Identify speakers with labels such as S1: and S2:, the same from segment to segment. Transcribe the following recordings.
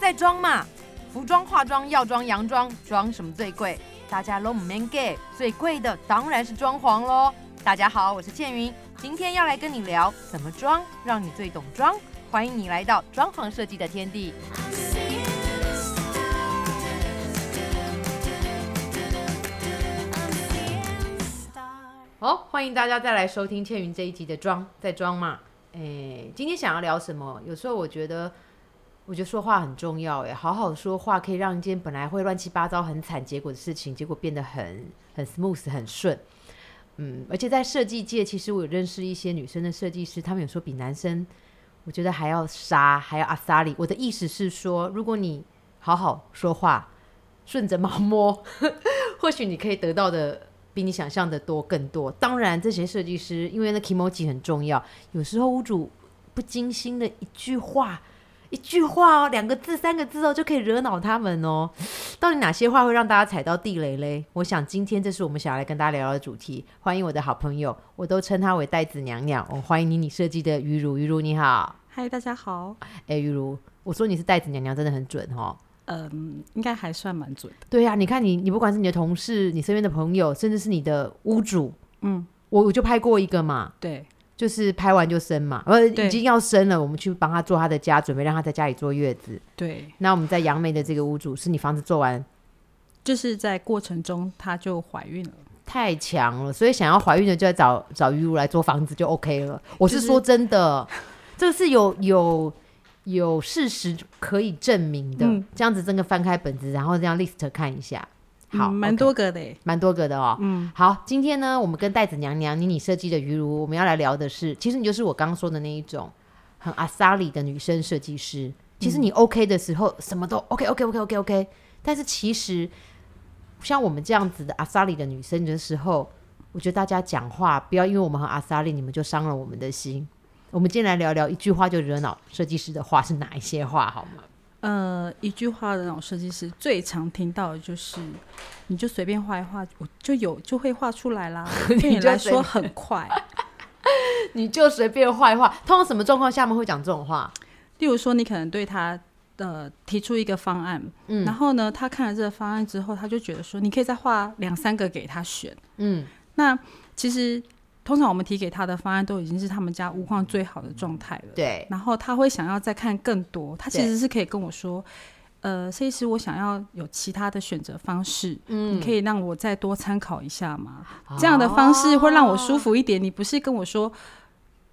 S1: 在装嘛。服装、化妆、药妆、洋装，装什么最贵？大家都唔 man gay，最贵的当然是装潢喽。大家好，我是倩云，今天要来跟你聊怎么装，让你最懂装。欢迎你来到装潢设计的天地。好，欢迎大家再来收听倩云这一集的装在装嘛。诶，今天想要聊什么？有时候我觉得，我觉得说话很重要。诶，好好说话可以让一件本来会乱七八糟、很惨结果的事情，结果变得很很 smooth、很顺。嗯，而且在设计界，其实我有认识一些女生的设计师，她们有时候比男生，我觉得还要杀，还要阿萨里。我的意思是说，如果你好好说话，顺着毛摸， 或许你可以得到的比你想象的多更多。当然，这些设计师因为那 emoji 很重要，有时候屋主不经心的一句话。一句话哦，两个字、三个字哦，就可以惹恼他们哦。到底哪些话会让大家踩到地雷嘞？我想今天这是我们想要来跟大家聊聊的主题。欢迎我的好朋友，我都称她为袋子娘娘。我、欢迎你，你设计的于如，于如你好。
S2: 嗨，大家好。
S1: 哎，于如，我说你是袋子娘娘，真的很准哦。
S2: 嗯，应该还算蛮准的。
S1: 对呀、你看你，你不管是你的同事、你身边的朋友，甚至是你的屋主，
S2: 嗯，
S1: 我我就拍过一个嘛，
S2: 对，
S1: 就是拍完就生嘛，呃，
S2: 对
S1: 已经要生了，我们去帮他做他的家，准备让他在家里坐月子。
S2: 对，
S1: 那我们在杨梅的这个屋主，是你房子做完
S2: 就是在过程中她就怀孕了。
S1: 太强了，所以想要怀孕的就要找找鱼如来做房子就 OK 了。我是
S2: 就是
S1: 说真的，这是有有有事实可以证明的。
S2: 嗯
S1: 这样子真的翻开本子，然后这样 list 看一下，好，
S2: 嗯蛮、
S1: OK
S2: 多个的耶。
S1: 蛮多个的哦。
S2: 嗯，
S1: 好，今天呢，我们跟袋子娘娘、妮妮设计的鱼如，我们要来聊的是，其实你就是我刚刚说的那一种很阿萨里的女生设计师。其实你 OK 的时候，什么都 OK OK OK OK OK，但是其实像我们这样子的阿萨里的女生的时候，我觉得大家讲话不要因为我们很阿萨里，你们就伤了我们的心。我们今天来聊聊一句话就惹恼设计师的话是哪一些话好吗？
S2: 呃，一句话的那种设计师最常听到的就是，你就随便画一画，我就有就会画出来啦。 对你
S1: 就
S2: 来
S1: 随
S2: 说很快。
S1: 你就随便画一画，通常什么状况下面会讲这种话？
S2: 例如说，你可能对他呃提出一个方案，
S1: 嗯
S2: 然后呢，他看了这个方案之后，他就觉得说，你可以再画两三个给他选。
S1: 嗯，
S2: 那其实通常我们提给他的方案都已经是他们家无况最好的状态了。
S1: 对，
S2: 然后他会想要再看更多，他其
S1: 对
S2: 实是可以跟我说，呃，设计师，我想要有其他的选择方式，
S1: 嗯
S2: 你可以让我再多参考一下吗？这样的方式会让我舒
S1: 哦
S2: 服一点。你不是跟我说，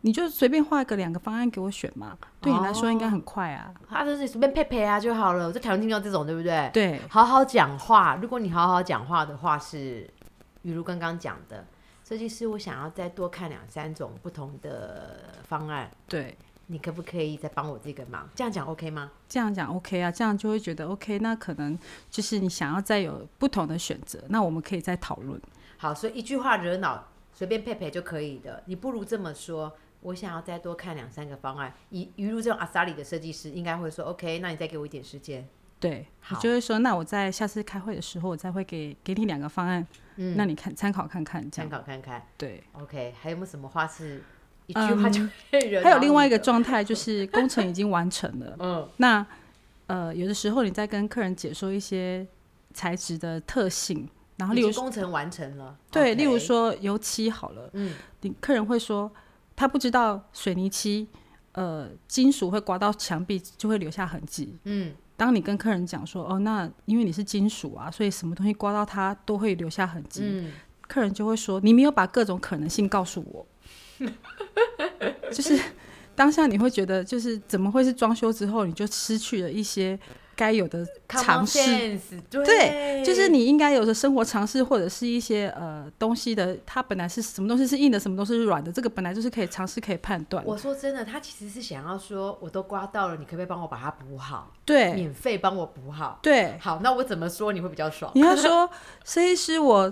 S2: 你就随便画个两个方案给我选嘛？对你来说应该很快啊。
S1: 他就是随便配配啊就好了。我最讨厌听到这种，对不对？
S2: 对，
S1: 好好讲话。如果你好好讲话的话是，雨如刚刚讲的，设计师，我想要再多看两三种不同的方案，
S2: 对，
S1: 你可不可以再帮我这个忙？这样讲 OK 吗？
S2: 这样讲 OK 啊，这样就会觉得 OK。那可能就是你想要再有不同的选择，那我们可以再讨论。
S1: 好，所以一句话惹恼，随便配配就可以的。你不如这么说。我想要再多看两三个方案。以于如这种阿萨里的设计师，应该会说 OK，那你再给我一点时间。
S2: 对，
S1: 好
S2: 你就会说，那我在下次开会的时候，我再会给给你两个方案，
S1: 嗯
S2: 那你看参考看看，这
S1: 参
S2: 样
S1: 考看看。
S2: 对。
S1: OK，还有没有什么话是一句
S2: 嗯
S1: 话就可以惹恼你的、，
S2: 还有另外一个状态就是工程已经完成了
S1: 嗯，
S2: 那呃有的时候你在跟客人解说一些材质的特性，然后例
S1: 已
S2: 如
S1: 经工程完成了，
S2: 对
S1: OK
S2: 例如，说油漆好了，
S1: 嗯，
S2: 你客人会说他不知道水泥漆，呃金属会刮到墙壁就会留下痕迹，
S1: 嗯，
S2: 当你跟客人讲说哦那因为你是金属啊，所以什么东西刮到它都会留下痕迹，
S1: 嗯，
S2: 客人就会说：“你没有把各种可能性告诉我。” 就是当下你会觉得，就是怎么会是装修之后你就失去了一些该有的尝试？
S1: Common sense，对，
S2: 对就是你应该有的生活尝试，或者是一些呃东西的，它本来是什么东西是硬的，什么东西是软的，这个本来就是可以尝试、可以判断。
S1: 我说真的，他其实是想要说，我都刮到了，你可不可以帮我把它补好，
S2: 对
S1: 免费帮我补好？
S2: 对，
S1: 好，那我怎么说你会比较爽？
S2: 你要说设计师，我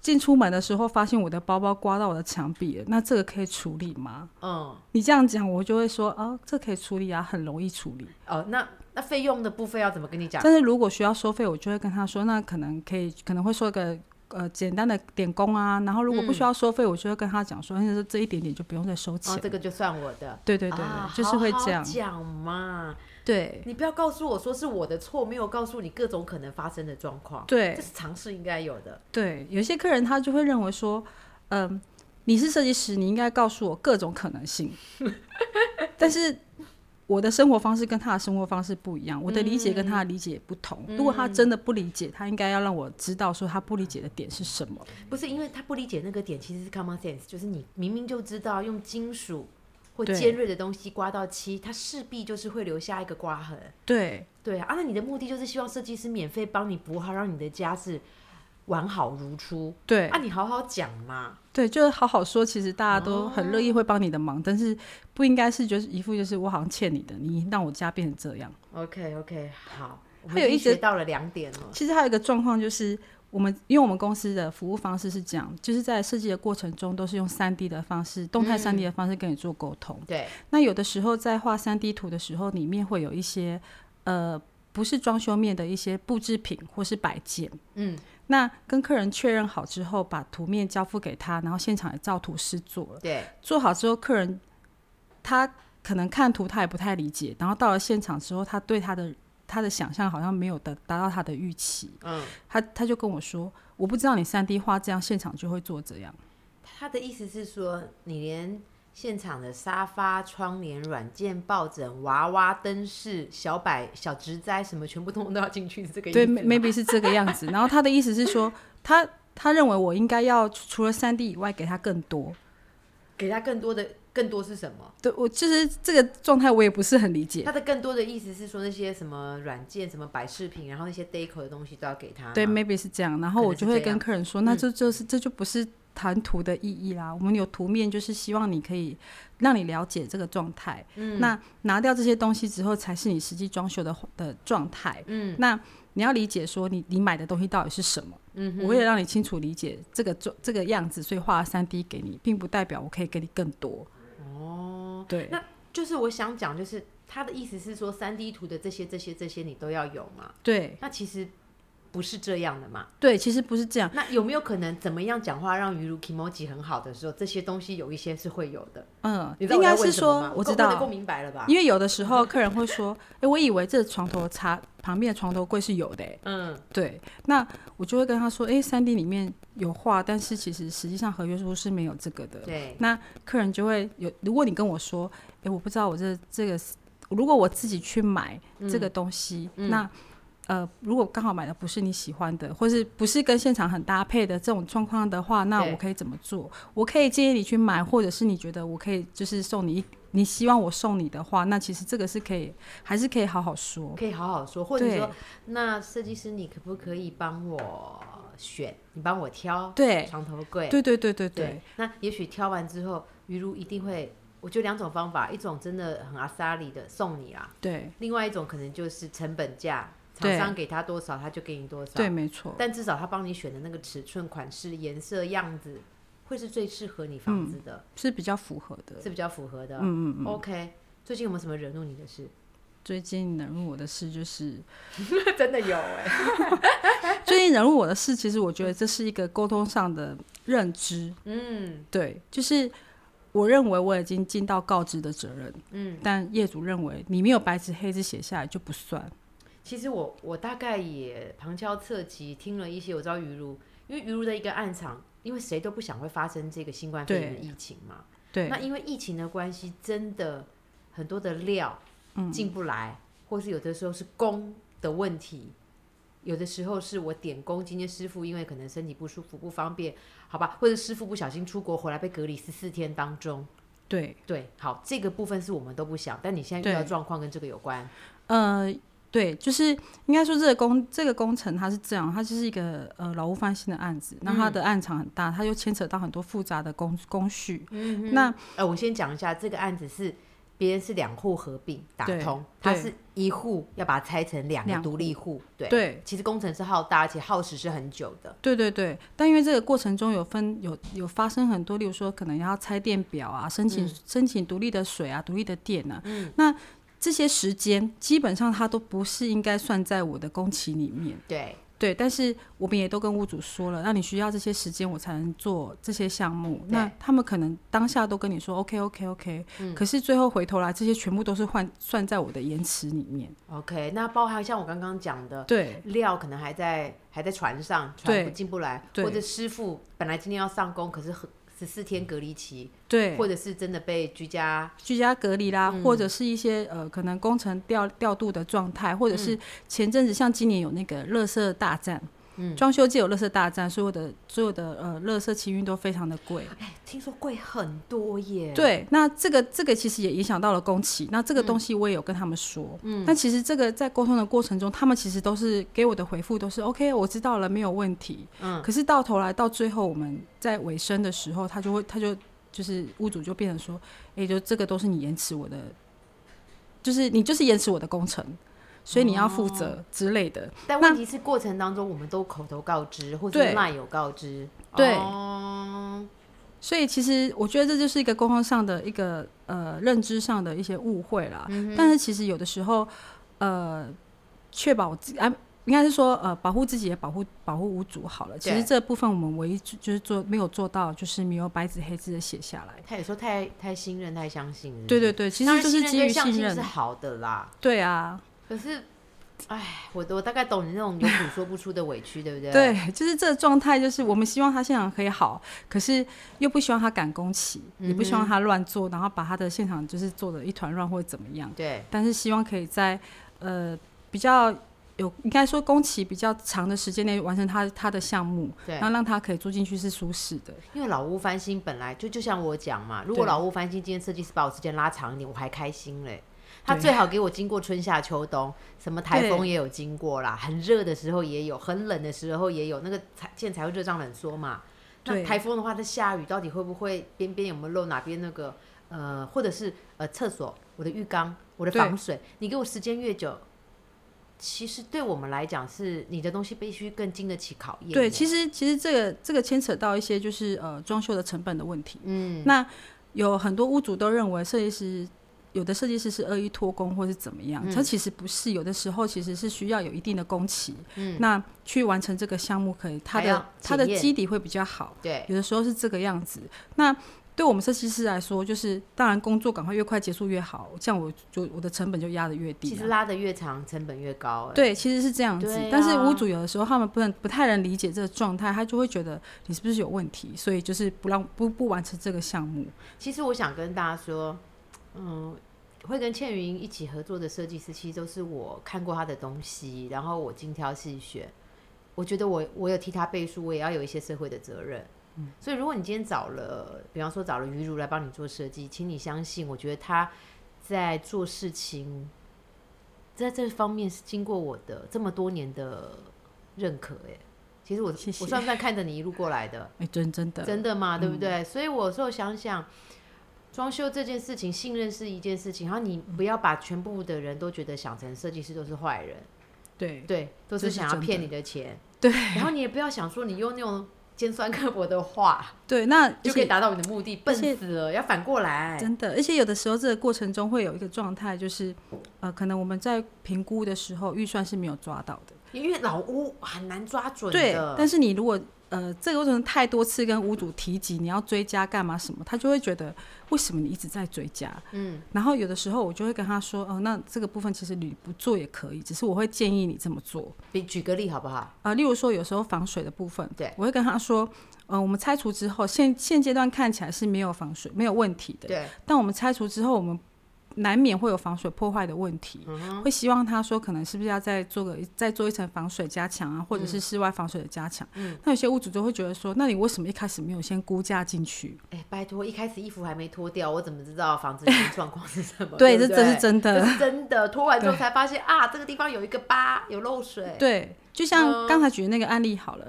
S2: 进出门的时候发现我的包包刮到我的墙壁了，那这个可以处理吗？
S1: 嗯，
S2: 你这样讲，我就会说啊，这可以处理啊，很容易处理。
S1: 哦，那那费用的部分要怎么跟你讲？
S2: 但是如果需要收费，我就会跟他说，那可能可以，可能会说个呃简单的点工啊。然后如果不
S1: 嗯
S2: 需要收费，我就会跟他讲说，哎那就这一点点就不用再收钱。
S1: 哦，这个就算我的。
S2: 对对对对，
S1: 哦啊
S2: 就是会
S1: 好好
S2: 这样。
S1: 讲嘛。
S2: 对
S1: 你不要告诉我说是我的错，没有告诉你各种可能发生的状况，
S2: 对
S1: 这是尝试应该有的。
S2: 对，有些客人他就会认为说，嗯，你是设计师，你应该告诉我各种可 能性。但是我的生活方式跟他的生活方式不一样，我的理解跟他
S1: 嗯
S2: 的理解不同。如果他真的不理解，他应该要让我知道说他不理解的点是什么。
S1: 不是因为他不理解那个点，其实是 common sense，就是你明明就知道用金属或
S2: 对
S1: 尖锐的东西刮到漆，它势必就是会留下一个刮痕。
S2: 对
S1: 对啊，啊那你的目的就是希望设计师免费帮你补好，让你的家是完好如初。
S2: 对
S1: 啊，你好好讲嘛。
S2: 对，就是好好说，其实大家都很乐意会帮你的忙，但是不应该是就是一副就是我好像欠你的，你让我家变成这
S1: 嗯
S2: 样。
S1: OK OK，好，我
S2: 还
S1: 们
S2: 有
S1: 已
S2: 一
S1: 经
S2: 些
S1: 学到了两点了。
S2: 其实还有一个状况就是，我们因为我们公司的服务方式是这样，就是在设计的过程中都是用三 D 的方式，动态三 D 的方式跟你做沟通。
S1: 对，
S2: 那有的时候在画三 D 图的时候，里面会有一些呃不是装修面的一些布制品或是摆件。
S1: 嗯，
S2: 那跟客人确认好之后，把图面交付给他，然后现场也照图师做了。
S1: 对，
S2: 做好之后，客人他可能看图他也不太理解，然后到了现场之后，他对他的他的想象好像没有达达到他的预期，
S1: 嗯，
S2: 他他就跟我说：“我不知道你三 D 画这样，现场就会做这样。
S1: 他的意思是说，你连现场的沙发、窗帘、软件、抱枕、娃娃、灯饰、小摆、小植栽什么，全部通通都要进去，是这”个意
S2: 对
S1: 思
S2: ，may-
S1: ，maybe
S2: ，maybe 是这 个样子。然后他的意思是说，他他认为我应该要除除了三 D 以外给他更多。
S1: 给他更多的更多是什么？
S2: 对我就是这个状态，我也不是很理解。
S1: 他的更多的意思是说那些什么软件、什么摆饰品，然后那些 deco 的东西都要给他吗。
S2: 对，maybe 是这样。然后
S1: 啊可
S2: 我
S1: 能
S2: 就是会
S1: 这
S2: 跟
S1: 样嗯
S2: 客人说，那这就是这就不是谈图的意义啦。我们有图面，就是希望你可以让你了解这个状态。嗯，那拿掉这些东西之后，才是你实际装修的的状态。嗯，那你要理解说你你买的东西到底是什么。嗯，我为了让你清楚理解这个状这个样子，所以画了三 D 给你，并不代表我可以给你更多。哦，对，
S1: 那就是我想讲，就是他的意思是说，三 D 图的这些、这些、这些你都要有嘛？
S2: 对
S1: 那其实不是这样的嘛？
S2: 对，其实不是这样。
S1: 那有没有可能怎么样讲话让鱼如 kimoji 很好的时候，这些东西有一些是会有的？
S2: 嗯，
S1: 你知道
S2: 应
S1: 我在
S2: 该
S1: 问
S2: 是
S1: 什么
S2: 说
S1: 吗，
S2: 我
S1: 够
S2: 知
S1: 问得
S2: 道
S1: 够，明白了吧？
S2: 因为有的时候客人会说：“哎、我以为这床头插旁边的床头柜是有的、欸。
S1: 嗯，”
S2: 对，那我就会跟他说：“哎、三 D 里面有画，但是其实实际上合约书是没有这个的。
S1: 对”，
S2: 那客人就会有，如果你跟我说：“哎、我不知道我这这个，如果我自己去买
S1: 嗯
S2: 这个东西，那呃，如果刚好买的不是你喜欢的，或是不是跟现场很搭配的这种状况的话，那
S1: 对
S2: 我可以怎么做？我可以建议你去买，或者是你觉得我可以就是送你一，你希望我送你的话，那其实这个是可以，还是可以好好说。
S1: 可以好好说，或者说，那设计师你可不可以帮我选？你帮我挑
S2: 对，
S1: 床头柜？
S2: 对对对对对
S1: 对，那也许挑完之后，鱼如一定会，我觉得两种方法，一种真的很阿萨里的送你啦，
S2: 对
S1: 另外一种可能就是成本价，
S2: 对
S1: 厂商给他多少他就给你多少。
S2: 对，没错。
S1: 但至少他帮你选的那个尺寸、款式、颜色、样子，会是最适合你房子的，
S2: 是比较符合的。
S1: 是啊比较符合的。哦
S2: 嗯嗯，
S1: OK，最近有没有什么惹怒你的事？
S2: 最近惹怒我的事就是，
S1: 真的有哎、
S2: 最近惹怒我的事，其实我觉得这是一个沟通上的认知。
S1: 嗯
S2: 对，就是我认为我已经尽到告知的责任，
S1: 嗯，
S2: 但业主认为你没有白纸黑字写下来就不算。
S1: 其实我我大概也旁敲侧击听了一些，我知道于如，因为于如的一个暗场，因为谁都不想会发生这个新冠肺炎的
S2: 对
S1: 疫情嘛。
S2: 对
S1: 那因为疫情的关系，真的很多的料进不来，或是有的时候是工的问题，有的时候是我点工，今天师傅因为可能身体不舒服不方便，好吧，或者师傅不小心出国回来被隔离十四天当中，
S2: 对，
S1: 对，好，这个部分是我们都不想，但你现在遇到
S2: 对
S1: 状况跟这个有关，
S2: 呃。对，就是应该说这个工这个工程它是这样，它就是一个呃劳务翻新的案子，那
S1: 嗯
S2: 它的案场很大，它又牵扯到很多复杂的工工序。嗯、那
S1: 呃，我先讲一下这个案子是。别人是两户合并打
S2: 对
S1: 通，他
S2: 对
S1: 是一户要把它拆成两个
S2: 两户
S1: 独立户，对，
S2: 对
S1: 其实工程是浩大，而且耗时是很久的，
S2: 对对对，但因为这个过程中有分有有发生很多，例如说可能要拆电表啊，申请、申请独立的水啊，独立的电啊，那这些时间基本上它都不是应该算在我的工期里面。
S1: 对，
S2: 对，但是我们也都跟屋主说了，那你需要这些时间我才能做这些项目。那他们可能当下都跟你说 OK OK OK，、可是最后回头来，这些全部都是换算在我的延迟里面。
S1: OK，那包含像我刚刚讲的，
S2: 对
S1: 料可能还在还在船上，船
S2: 对
S1: 不进不来，
S2: 对
S1: 或者师傅本来今天要上工，可是十四天隔离期，
S2: 对，
S1: 或者是真的被居家
S2: 居家隔离啦，或者是一些呃可能工程调调度的状态，或者是前阵子像今年有那个垃圾大战。装修界有垃圾大战，所有的所有的呃垃圾清运都非常的贵。
S1: 哎，听说贵很多耶。，
S2: 对，那这个这个其实也影响到了工期。那这个东西我也有跟他们说，嗯，但其实这个在沟通的过程中，他们其实都是给我的回复都是 OK，我知道了，没有问题。
S1: 嗯，
S2: 可是到头来到最后我们在尾声的时候，他就会他就就是屋主就变成说，哎、就这个都是你延迟我的，就是你就是延迟我的工程，所以你要负责之类的。
S1: 但
S2: 那
S1: 问题是过程当中我们都口头告知，或者
S2: 对
S1: 赖有告知。
S2: 对
S1: 哦
S2: 所以其实我觉得这就是一个沟通上的一个呃认知上的一些误会啦。
S1: 嗯
S2: 但是其实有的时候，呃，确保我自己啊，应该是说呃保护自己也保护保护屋主好了。其实
S1: 对
S2: 这部分我们唯一就就是做没有做到，就是没有白纸黑字的写下来。
S1: 他有时候太太信任、太相信了。
S2: 对对对，其
S1: 嗯当
S2: 实
S1: 然
S2: 就是基于
S1: 跟相
S2: 信
S1: 信
S2: 任
S1: 是。好的啦。
S2: 对啊，
S1: 可是，哎，我我大概懂你那种有苦说不出的委屈，对不对？，
S2: 对，就是这个状态，就是我们希望他现场可以好，可是又不希望他赶工期，也不希
S1: 嗯
S2: 望他乱做，然后把他的现场就是做的一团乱或者怎么样。
S1: 对，
S2: 但是希望可以在呃比较有应该说工期比较长的时间内完成他他的项目，
S1: 对
S2: 然后让他可以住进去是舒适的。
S1: 因为老屋翻新本来就就像我讲嘛，如果
S2: 对
S1: 老屋翻新，今天设计师把我时间拉长一点，我还开心嘞。他
S2: 对
S1: 最好给我经过春夏秋冬，什么台风也有经过啦，很热的时候也有，很冷的时候也有，那个才建材会热胀冷缩嘛。那
S2: 对
S1: 台风的话，它下雨到底会不会边边有没有漏哪边那个呃，或者是呃厕所、我的浴缸、我的
S2: 对
S1: 防水，你给我时间越久，其实对我们来讲是你的东西必须更经得起考验耶。
S2: 对，其实其实这个这个牵扯到一些就是呃装修的成本的问题。
S1: 嗯，
S2: 那有很多屋主都认为设计师。有的设计师是恶意拖工或是怎么
S1: 嗯
S2: 样，他其实不是，有的时候其实是需要有一定的工期，
S1: 嗯
S2: 那去完成这个项目可以，它
S1: 还要
S2: 的它的
S1: 检验
S2: 基底会比较好。
S1: 对，
S2: 有的时候是这个样子。那对我们设计师来说，就是当然工作赶快越快结束越好，这样我就我的成本就压得越低
S1: 其实
S2: 啊、
S1: 拉的越长，成本越高、哎，
S2: 对，其实是这样子。
S1: 对啊
S2: 但是屋主有的时候他们不能不太能理解这个状态，他就会觉得你是不是有问题，所以就是不让不不完成这个项目。
S1: 其实我想跟大家说，嗯，会跟倩云一起合作的设计师，其实都是我看过他的东西，然后我精挑细选。我觉得我我有替他背书，我也要有一些社会的责任。
S2: 嗯
S1: 所以如果你今天找了，比方说找了于如来帮你做设计，请你相信，我觉得他在做事情，在这方面是经过我的这么多年的认可。哎，其实我
S2: 谢谢
S1: 我算不算看着你一路过来的？
S2: 哎、真真的，嗯
S1: 真的嘛，对不对？所以我有时候想想，装修这件事情，信任是一件事情，然后你不要把全部的人都觉得想成设计师都是坏人，
S2: 对
S1: 对，都
S2: 这
S1: 是
S2: 是
S1: 想要
S2: 真的
S1: 骗你的钱，
S2: 对
S1: 然后你也不要想说你用那种尖酸刻薄的话
S2: 对。那 而
S1: 就可以
S2: 且
S1: 达到你的目的，笨死了，要反过来。
S2: 真的，而且有的时候这个过程中会有一个状态，就是呃，可能我们在评估的时候预算是没有抓到的。
S1: 因为老屋很难抓准
S2: 对，
S1: 的，
S2: 但是你如果呃这个过程太多次跟屋主提及你要追加干嘛什么，他就会觉得为什么你一直在追加？
S1: 嗯，
S2: 然后有的时候我就会跟他说，哦、那这个部分其实你不做也可以，只是我会建议你这么做。
S1: 比举个例好不好？
S2: 啊、例如说有时候防水的部分，
S1: 对
S2: 我会跟他说，呃，我们拆除之后，现现阶段看起来是没有防水没有问题的，
S1: 对，
S2: 但我们拆除之后，我们难免会有防水破坏的问题，会希望他说可能是不是要再做个再做一层防水加强啊，或者是室外防水的加强。那有些屋主就会觉得说，那你为什么一开始没有先估价进去？
S1: 哎，拜托，一开始衣服还没脱掉，我怎么知道房子里面状况是什么？
S2: 对，
S1: 不
S2: 这这是真的
S1: 这。是真的，拖完之后才发现啊，这个地方有一个疤，有漏水。
S2: 对，就像刚才举的那个案例好了，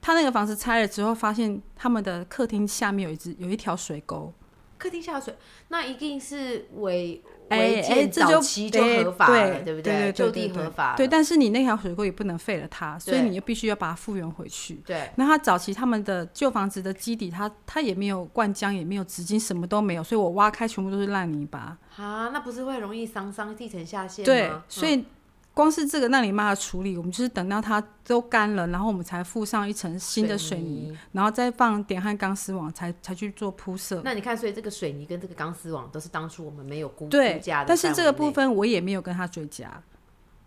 S2: 他那个房子拆了之后，发现他们的客厅下面有一只有一条水沟。
S1: 客厅下水，那一定是违
S2: 哎
S1: 违
S2: 哎
S1: 建
S2: 这
S1: 早
S2: 就
S1: 期就
S2: 对
S1: 合法了，
S2: 对
S1: 不
S2: 对？
S1: 就地合法。
S2: 对，但是你那条水沟也不能废了它，所以
S1: 对
S2: 你又必须要把它复原回去。
S1: 对
S2: 那他早期他们的旧房子的基底，他他也没有灌浆，也没有纸巾，什么都没有，所以我挖开全部都是烂泥巴。
S1: 啊，那不是会容易伤伤地层下陷吗？
S2: 对
S1: 嗯，
S2: 所以光是这个那里妈的处理，我们就是等到它都干了，然后我们才附上一层新的水泥，然后再放点焊钢丝网才，才去做铺设。
S1: 那你看，所以这个水泥跟这个钢丝网都是当初我们没有估估
S2: 对
S1: 价的，
S2: 但是这个部
S1: 分。
S2: 分我也没有跟他追加。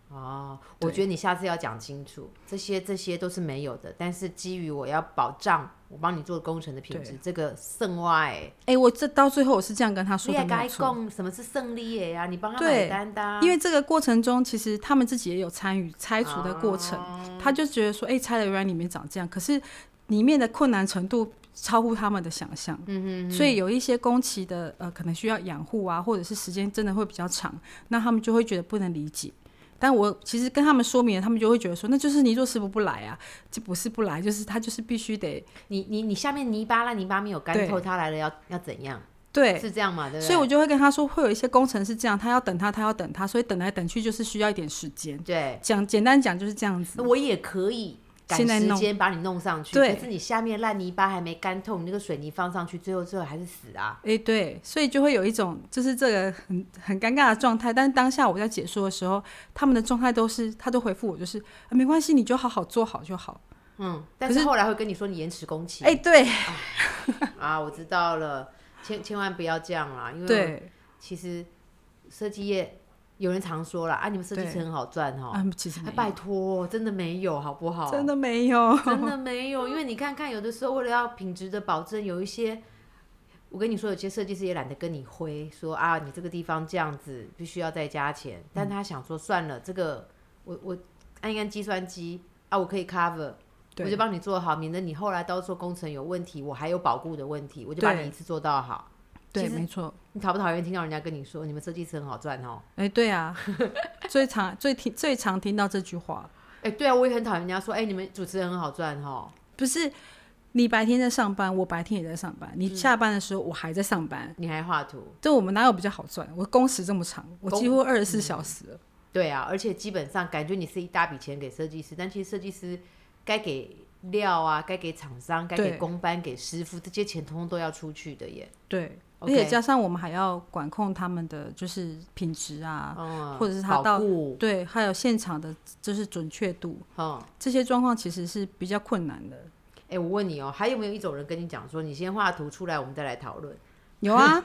S1: 哦，
S2: 对
S1: 我觉得你下次要讲清楚，这些这些都是没有的，但是基于我要保障我帮你做工程的品质，
S2: 对
S1: 这个胜外，
S2: 哎、我这到最后我是这样跟他说
S1: 你
S2: 的，
S1: 也
S2: 没
S1: 该
S2: 有错。
S1: 供什么是胜利耶啊？你帮他买
S2: 对
S1: 单的啊、
S2: 因为这个过程中，其实他们自己也有参与拆除的过程，
S1: 哦
S2: 他就觉得说，哎、拆的原来里面长这样，可是里面的困难程度超乎他们的想象。嗯嗯。所以有一些工期的呃，可能需要养护啊，或者是时间真的会比较长，那他们就会觉得不能理解。但我其实跟他们说明了，他们就会觉得说，那就是泥做师傅不来啊，这不是不来，就是他就是必须得
S1: 你你你下面泥巴烂泥巴没有干
S2: 对
S1: 透，他来了要要怎样？
S2: 对，
S1: 是这样嘛？对不对？
S2: 所以我就会跟他说，会有一些工程是这样，他要等他，他要等他，所以等来等去就是需要一点时间。
S1: 对，
S2: 讲简单讲就是这样子，
S1: 我也可以。赶
S2: 现在
S1: 时
S2: 弄
S1: 间把你弄上去，
S2: 对
S1: 可是你下面烂泥巴还没干透，你那个水泥放上去，最后最后还是死啊！
S2: 哎、对，所以就会有一种就是这个很很尴尬的状态。但是当下我在解说的时候，他们的状态都是，他都回复我就是、啊没关系，你就好好做好就好。
S1: 嗯，但
S2: 可
S1: 是
S2: 是
S1: 后来会跟你说你延迟工期，
S2: 哎、对
S1: 啊，我知道了，千千万不要这样啦，因为
S2: 对，
S1: 其实设计业有人常说啦，啊，你们设计
S2: 对
S1: 师很好赚哈，
S2: 啊，其实
S1: 哎
S2: 没
S1: 拜
S2: 有，
S1: 托，真的没有好不好？
S2: 真的没有，
S1: 真 的没有，因为你看看，有的时候为了要品质的保证，有一些。我跟你说，有些设计师也懒得跟你挥，说啊，你这个地方这样子必须要再加钱。
S2: 嗯
S1: 但他想说，算了，这个我我按一按计算机啊，我可以 cover，我
S2: 对
S1: 就帮你做好，免得你后来到时候工程有问题，我还有保固的问题，我就把
S2: 对
S1: 你一次做到好。
S2: 对，
S1: 其实
S2: 没错。
S1: 你讨不讨厌听到人家跟你说你们设计师很好赚哦？
S2: 哎、对啊， 最常最听最常听到这句话，
S1: 哎、对啊，我也很讨厌人家说，哎、你们主持人很好赚哦。
S2: 不是你白天在上班，我白天也在上班，
S1: 嗯
S2: 你下班的时候我还在上班，
S1: 你还画图？
S2: 这我们哪有比较好赚？我工时这么长，我几乎二十四
S1: 嗯
S2: 小时了
S1: 对啊，而且基本上感觉你是一大笔钱给设计师，但其实设计师该给料啊，该给厂商，该给
S2: 对
S1: 工班，给师傅，这些钱通通都要出去的耶。
S2: 对，而
S1: OK
S2: 且加上我们还要管控他们的就是品质啊，
S1: 嗯，
S2: 或者是他到
S1: 保护，
S2: 对，还有现场的就是准确度，
S1: 嗯，
S2: 这些状况其实是比较困难的。
S1: 哎、我问你哦，还有没有一种人跟你讲说，你先画图出来，我们再来讨论？
S2: 有啊，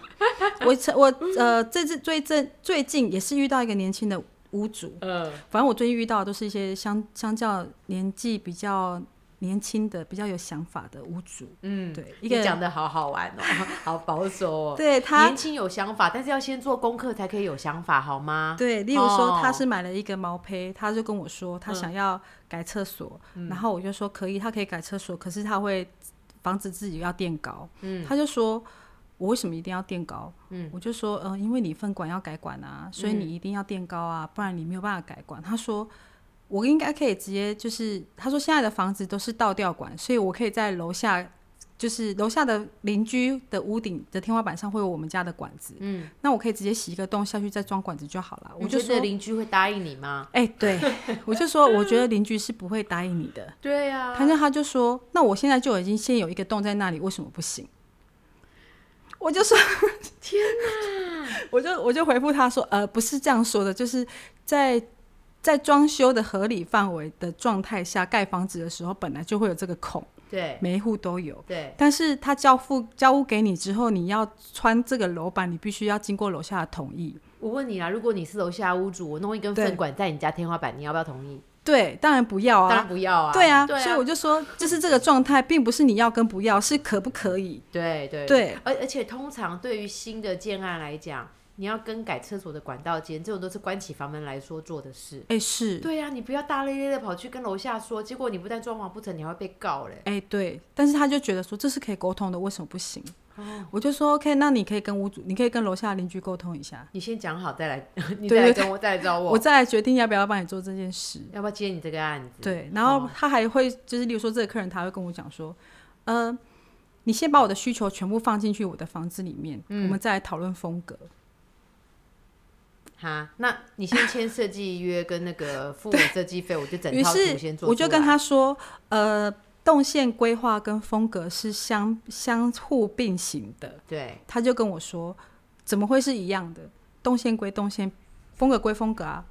S2: 我曾我呃，这次最近最近也是遇到一个年轻的屋主，
S1: 嗯，
S2: 反正我最近遇到的都是一些相相较年纪比较年轻的、比较有想法的屋主。
S1: 嗯，
S2: 对，一
S1: 你
S2: 个人
S1: 讲的好好玩哦， 好保守哦。
S2: 对他
S1: 年轻有想法，但是要先做功课才可以有想法，好吗？
S2: 对，例如说
S1: 哦嗯
S2: 他是买了一个毛坯，他就跟我说他想要改厕所，然后我就说可以，他可以改厕所，可是他会防止自己要垫高。嗯，他就说。我为什么一定要垫高？嗯，我就说，嗯、因为你分管要改管啊，
S1: 嗯
S2: 所以你一定要垫高啊，不然你没有办法改管。他说，我应该可以直接就是，他说现在的房子都是倒吊管，所以我可以在楼下，就是楼下的邻居的屋顶的天花板上会有我们家的管子，嗯，那我可以直接洗一个洞下去再装管子就好了。我
S1: 你
S2: 就
S1: 觉
S2: 说
S1: 得，邻居会答应你吗？
S2: 哎、对，我就说，我觉得邻居是不会答应你的。
S1: 对啊
S2: 反正他就说，那我现在就已经先有一个洞在那里，为什么不行？我就说， 天哪！我就我就回复他说，呃，不是这样说的，就是在在装修的合理范围的状态下，盖房子的时候本来就会有这个孔，
S1: 对
S2: 每一户都有。
S1: 对，
S2: 但是他交付交屋给你之后，你要穿这个楼板，你必须要经过楼下的同意。
S1: 我问你啊，如果你是楼下屋主，我弄一根
S2: 对
S1: 粪管在你家天花板，你要不要同意？
S2: 对，当然不要
S1: 当
S2: 啊
S1: 然，不要啊。
S2: 对啊，
S1: 对
S2: 所以我就说，就是这个状态，并不是你要跟不要，是可不可以？
S1: 对对
S2: 对，
S1: 而而且通常对于新的建案来讲，你要更改厕所的管道间，这种都是关起房门来说做的事。
S2: 哎、是，
S1: 对呀、啊，你不要大咧咧的跑去跟楼下说，结果你不但装潢不成，你还会被告嘞。
S2: 哎、对，但是他就觉得说这是可以沟通的，为什么不行？
S1: 哦
S2: 我就说 OK，那你可以跟屋主，你可以跟楼下邻居沟通一下，
S1: 你先讲好再来， 你
S2: 对
S1: 再来
S2: 对
S1: 跟我再来找我，
S2: 我再来决定要不要帮你做这件事。
S1: 要不要接你这个案子？
S2: 对，然后
S1: 哦
S2: 他还会就是，例如说这个客人他会跟我讲说，呃，你先把我的需求全部放进去我的房子里面，我
S1: 嗯
S2: 们再来讨论风格。
S1: 哈，那你先签设计约跟那个付我设计费，我就整
S2: 于
S1: 套图先
S2: 是
S1: 做
S2: 我就
S1: 出
S2: 跟
S1: 来
S2: 他说，呃，动线规划跟风格是相相互并行的。
S1: 对，
S2: 他就跟我说，怎么会是一样的？动线归动线，风格归风格啊。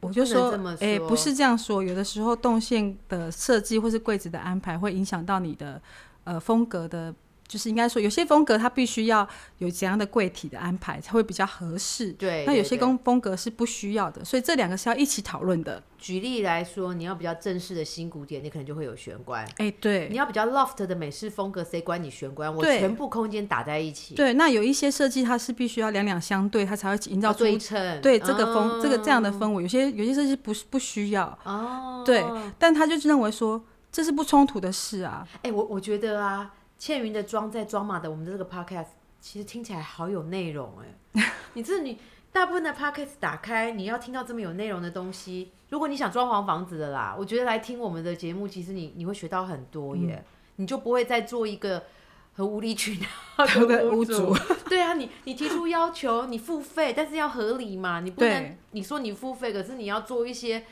S2: 我就说
S1: 不能这么，说
S2: 哎、不是这样说，有的时候动线的设计或是柜子的安排会影响到你的呃风格的，就是应该说有些风格它必须要有怎样的柜体的安排才会比较合适。
S1: 对，
S2: 那
S1: 对
S2: 有些
S1: 对
S2: 风风格是不需要的，所以这两个是要一起讨论的。
S1: 举例来说，你要比较正式的新古典，你可能就会有玄关；
S2: 哎、
S1: 你
S2: 对
S1: 要比较 loft 的美式风格，谁管你玄关？我
S2: 对
S1: 全部空间打在一起，
S2: 对，那有一些设计它是必须要两两相对，它才会营
S1: 要
S2: 造出
S1: 对称。
S2: 对这个风、这个这样的
S1: 嗯
S2: 氛围。有些有些设计不是不需要，
S1: 哦，
S2: 对但他就认为说这是不冲突的事啊。
S1: 哎、我我觉得啊，倩云的装在装马的我们的这个 podcast，其实听起来好有内容哎、 你这你大部分的 podcast 打开，你要听到这么有内容的东西，如果你想装潢房子的啦，我觉得来听我们的节目，其实你你会学到很多耶，
S2: 嗯
S1: 你就不会再做一个。很无理取闹
S2: 对
S1: 的
S2: 屋
S1: 主， 对啊，你你提出要求，你付费，但是要合理嘛，你不能
S2: 对
S1: 你说你付费，可是你要做一些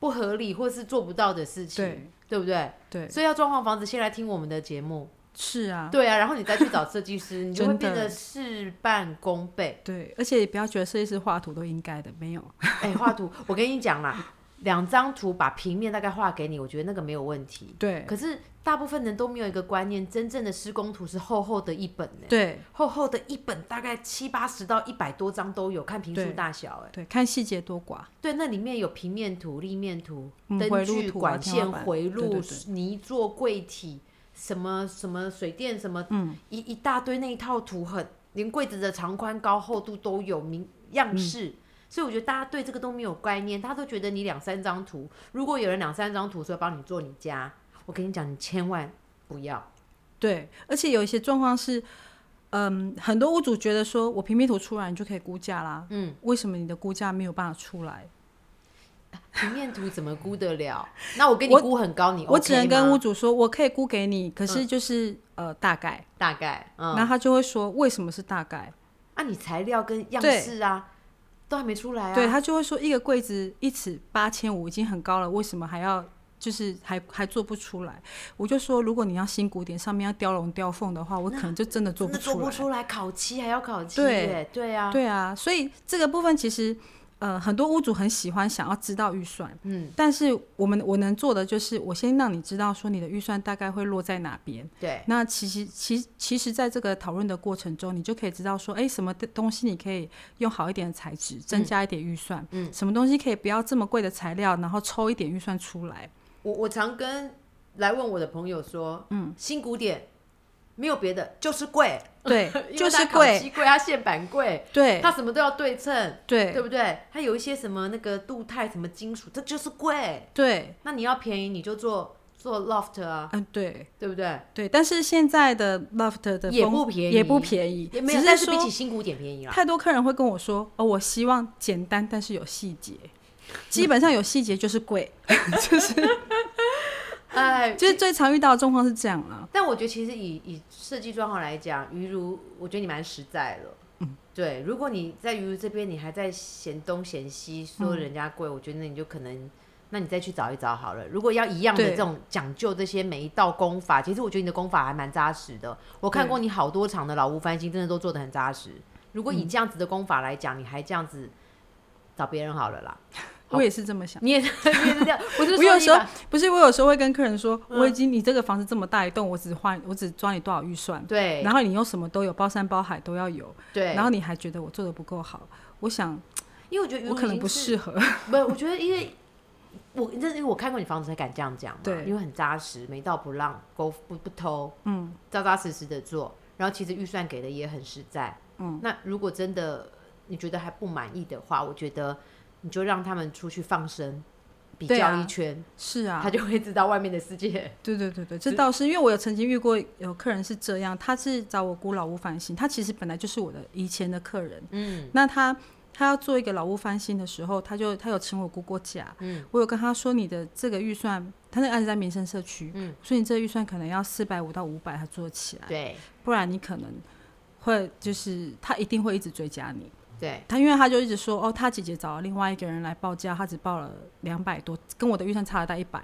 S1: 不合理或是做不到的事情，
S2: 对
S1: 对不对？
S2: 对，
S1: 所以要装潢房子，先来听我们的节目，
S2: 是啊，
S1: 对啊，然后你再去找设计师，你就会
S2: 真
S1: 变
S2: 的
S1: 得事半功倍。
S2: 对，而且也不要觉得设计师画图都应该的，没有。
S1: 哎、画图，我跟你讲啦，两张图把平面大概画给你，我觉得那个没有问题。
S2: 对
S1: 可是大部分人都没有一个观念，真正的施工图是厚厚的一本呢、
S2: 对
S1: 厚厚的一本，大概七八十到一百多张都有，看平数
S2: 对
S1: 大小、哎，
S2: 对，看细节多寡。
S1: 对，那里面有平面图、立面图、
S2: 嗯
S1: 灯
S2: 回路
S1: 具、
S2: 图啊
S1: 管
S2: 天
S1: 线、
S2: 花板
S1: 回
S2: 对
S1: 路
S2: 对、对
S1: 泥做柜体，什么什么水电什么，
S2: 嗯
S1: 一一大堆那一套图很，连柜子的长宽高厚度都有明样式。
S2: 嗯
S1: 所以我觉得大家对这个都没有概念，大家都觉得你两三张图，如果有人两三张图说帮你做你家，我跟你讲，你千万不 要。
S2: 对，而且有一些状况是，嗯，很多屋主觉得说我平面图出来，你就可以估价啦。
S1: 嗯，
S2: 为什么你的估价没有办法出来？
S1: 平面图怎么估得了？那我给你
S2: 我
S1: 估很高，你 OK
S2: 我只能跟
S1: 吗
S2: 屋主说，我可以估给你，可是就是、呃大概，
S1: 大概，嗯，
S2: 然后他就会说为什么是大概？
S1: 啊，你材料跟样
S2: 对
S1: 式啊，都还没出来啊。
S2: 对他就会说一个柜子一尺八千五已经很高了，为什么还要就是还还做不出来？我就说如果你要新古典上面要雕龙雕凤的话，我可能就真的做
S1: 真
S2: 不
S1: 的做
S2: 出
S1: 不
S2: 来。
S1: 出来，烤漆还要烤漆
S2: 对
S1: 耶，对啊，
S2: 对啊，所以这个部分其实呃很多屋主很喜欢想要知道预算，
S1: 嗯，
S2: 但是我们我能做的就是我先让你知道说你的预算大概会落在哪边。
S1: 对，
S2: 那其实其其实，在这个讨论的过程中，你就可以知道说，哎，什么的东西你可以用好一点的材质，增加一点预算，
S1: 嗯
S2: 什么东西可以不要这么贵的材料，然后抽一点预算 出来，
S1: 我我常跟来问我的朋友说，嗯，新古典没有别的，就是 贵，，
S2: 对
S1: 因为
S2: 就是
S1: 它烤
S2: 贵，
S1: 漆贵，它线板贵，
S2: 对
S1: 它什么都要对称，
S2: 对
S1: 对不对？它有一些什么那个镀钛什么金属，这就是贵。
S2: 对，
S1: 那你要便宜，你就做做 loft 啊，
S2: 嗯对
S1: 对不对？
S2: 对，但是现在的 loft 的
S1: 也
S2: 风
S1: 不便宜
S2: 也不便宜，
S1: 也没有，
S2: 只
S1: 但
S2: 是
S1: 是比啊
S2: 说
S1: 起新古典便 宜啦。
S2: 太多客人会跟我说，哦，我希望简单，但是有细 节。基本上有细节就是贵，
S1: 哎，
S2: 就是最常遇到的状况是这样啊。
S1: 但我觉得其实以以设计装潢来讲，于如，我觉得你蛮实在了。嗯，对，如果你在于如这边，你还在嫌东嫌西，
S2: 嗯
S1: 说人家贵，我觉得你就可能，那你再去找一找好了。如果要一样的
S2: 对
S1: 这种讲究这些每一道功法，其实我觉得你的功法还蛮扎实的。我看过你好多场的老屋翻新，真的都做得很扎实。如果
S2: 嗯
S1: 以这样子的功法来讲，你还这样子找别人好了 啦。好
S2: 我也是这么想。
S1: 你也是你也是这样，我是
S2: 我
S1: 说
S2: 有
S1: 你
S2: 时候
S1: 把
S2: 不是，我有时候会跟客人说，
S1: 嗯
S2: 我已经你这个房子这么大一栋，我只花我只抓你多少预算，
S1: 对
S2: 然后你用什么都有，包山包海都要有，
S1: 对，
S2: 然后你还觉得我做的不够好，我想
S1: 因为我觉得于如
S2: 我可能
S1: 已经
S2: 不
S1: 是
S2: 适合，
S1: 不，我觉得因为我这是因为我看过你房子才敢这样讲嘛，
S2: 对
S1: 因为很扎实，没到不让，勾不不偷，
S2: 嗯，
S1: 扎扎实实的做，然后其实预算给的也很实在，
S2: 嗯，
S1: 那如果真的你觉得还不满意的话，我觉得你就让他们出去放生。比
S2: 对
S1: 较
S2: 啊
S1: 一圈，
S2: 是啊
S1: 他，就会知道外面的世界。
S2: 对对对对，这倒是因为我有曾经遇过有客人是这样，他是找我姑老屋翻新，他其实本来就是我的以前的客人，
S1: 嗯
S2: 那他他要做一个老屋翻新的时候，他就他有请我估过价，
S1: 嗯，
S2: 我有跟他说你的这个预算，他那个案子在民生社区，
S1: 嗯，
S2: 所以你这个预算可能要四百五到五百，他做起来，
S1: 对
S2: 不然你可能会就是他一定会一直追加你。
S1: 对，
S2: 他因为他就一直说哦，他姐姐找了另外一个人来报价，他只报了两百多，跟我的预算差了大一百。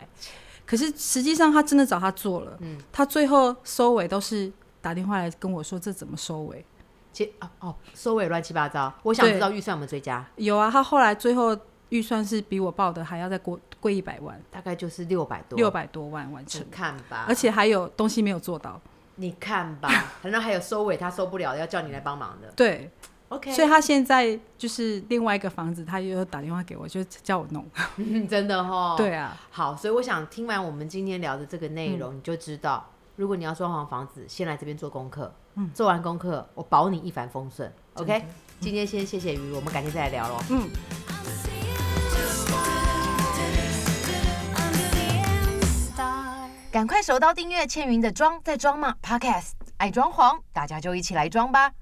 S2: 可是实际上他真的找他做了，
S1: 嗯
S2: 他最后收尾都是打电话来跟我说这怎么收尾。
S1: 其哦哦，收尾乱七八糟。我想知
S2: 对
S1: 道预算有没有追加？
S2: 有啊，他后来最后预算是比我报的还要再过贵一百万，
S1: 大概就是六百多，
S2: 六百多万完成
S1: 你，看吧，
S2: 而且还有东西没有做到。
S1: 你看吧，反正还有收尾他收不了，要叫你来帮忙 的。
S2: 对，
S1: OK，
S2: 所以他现在就是另外一个房子，他又打电话给我，就叫我弄。
S1: 真的哈，
S2: 对啊，
S1: 好，所以我想听完我们今天聊的这个内容，你就知道，如果你要装潢房子，先来这边做功课，嗯，做完功课，我保你一帆风顺。OK，今天先谢谢鱼，我们改天再来聊喽。
S2: 嗯。
S1: 赶快手刀订阅倩云的装在装嘛 Podcast，爱装潢，大家就一起来装吧。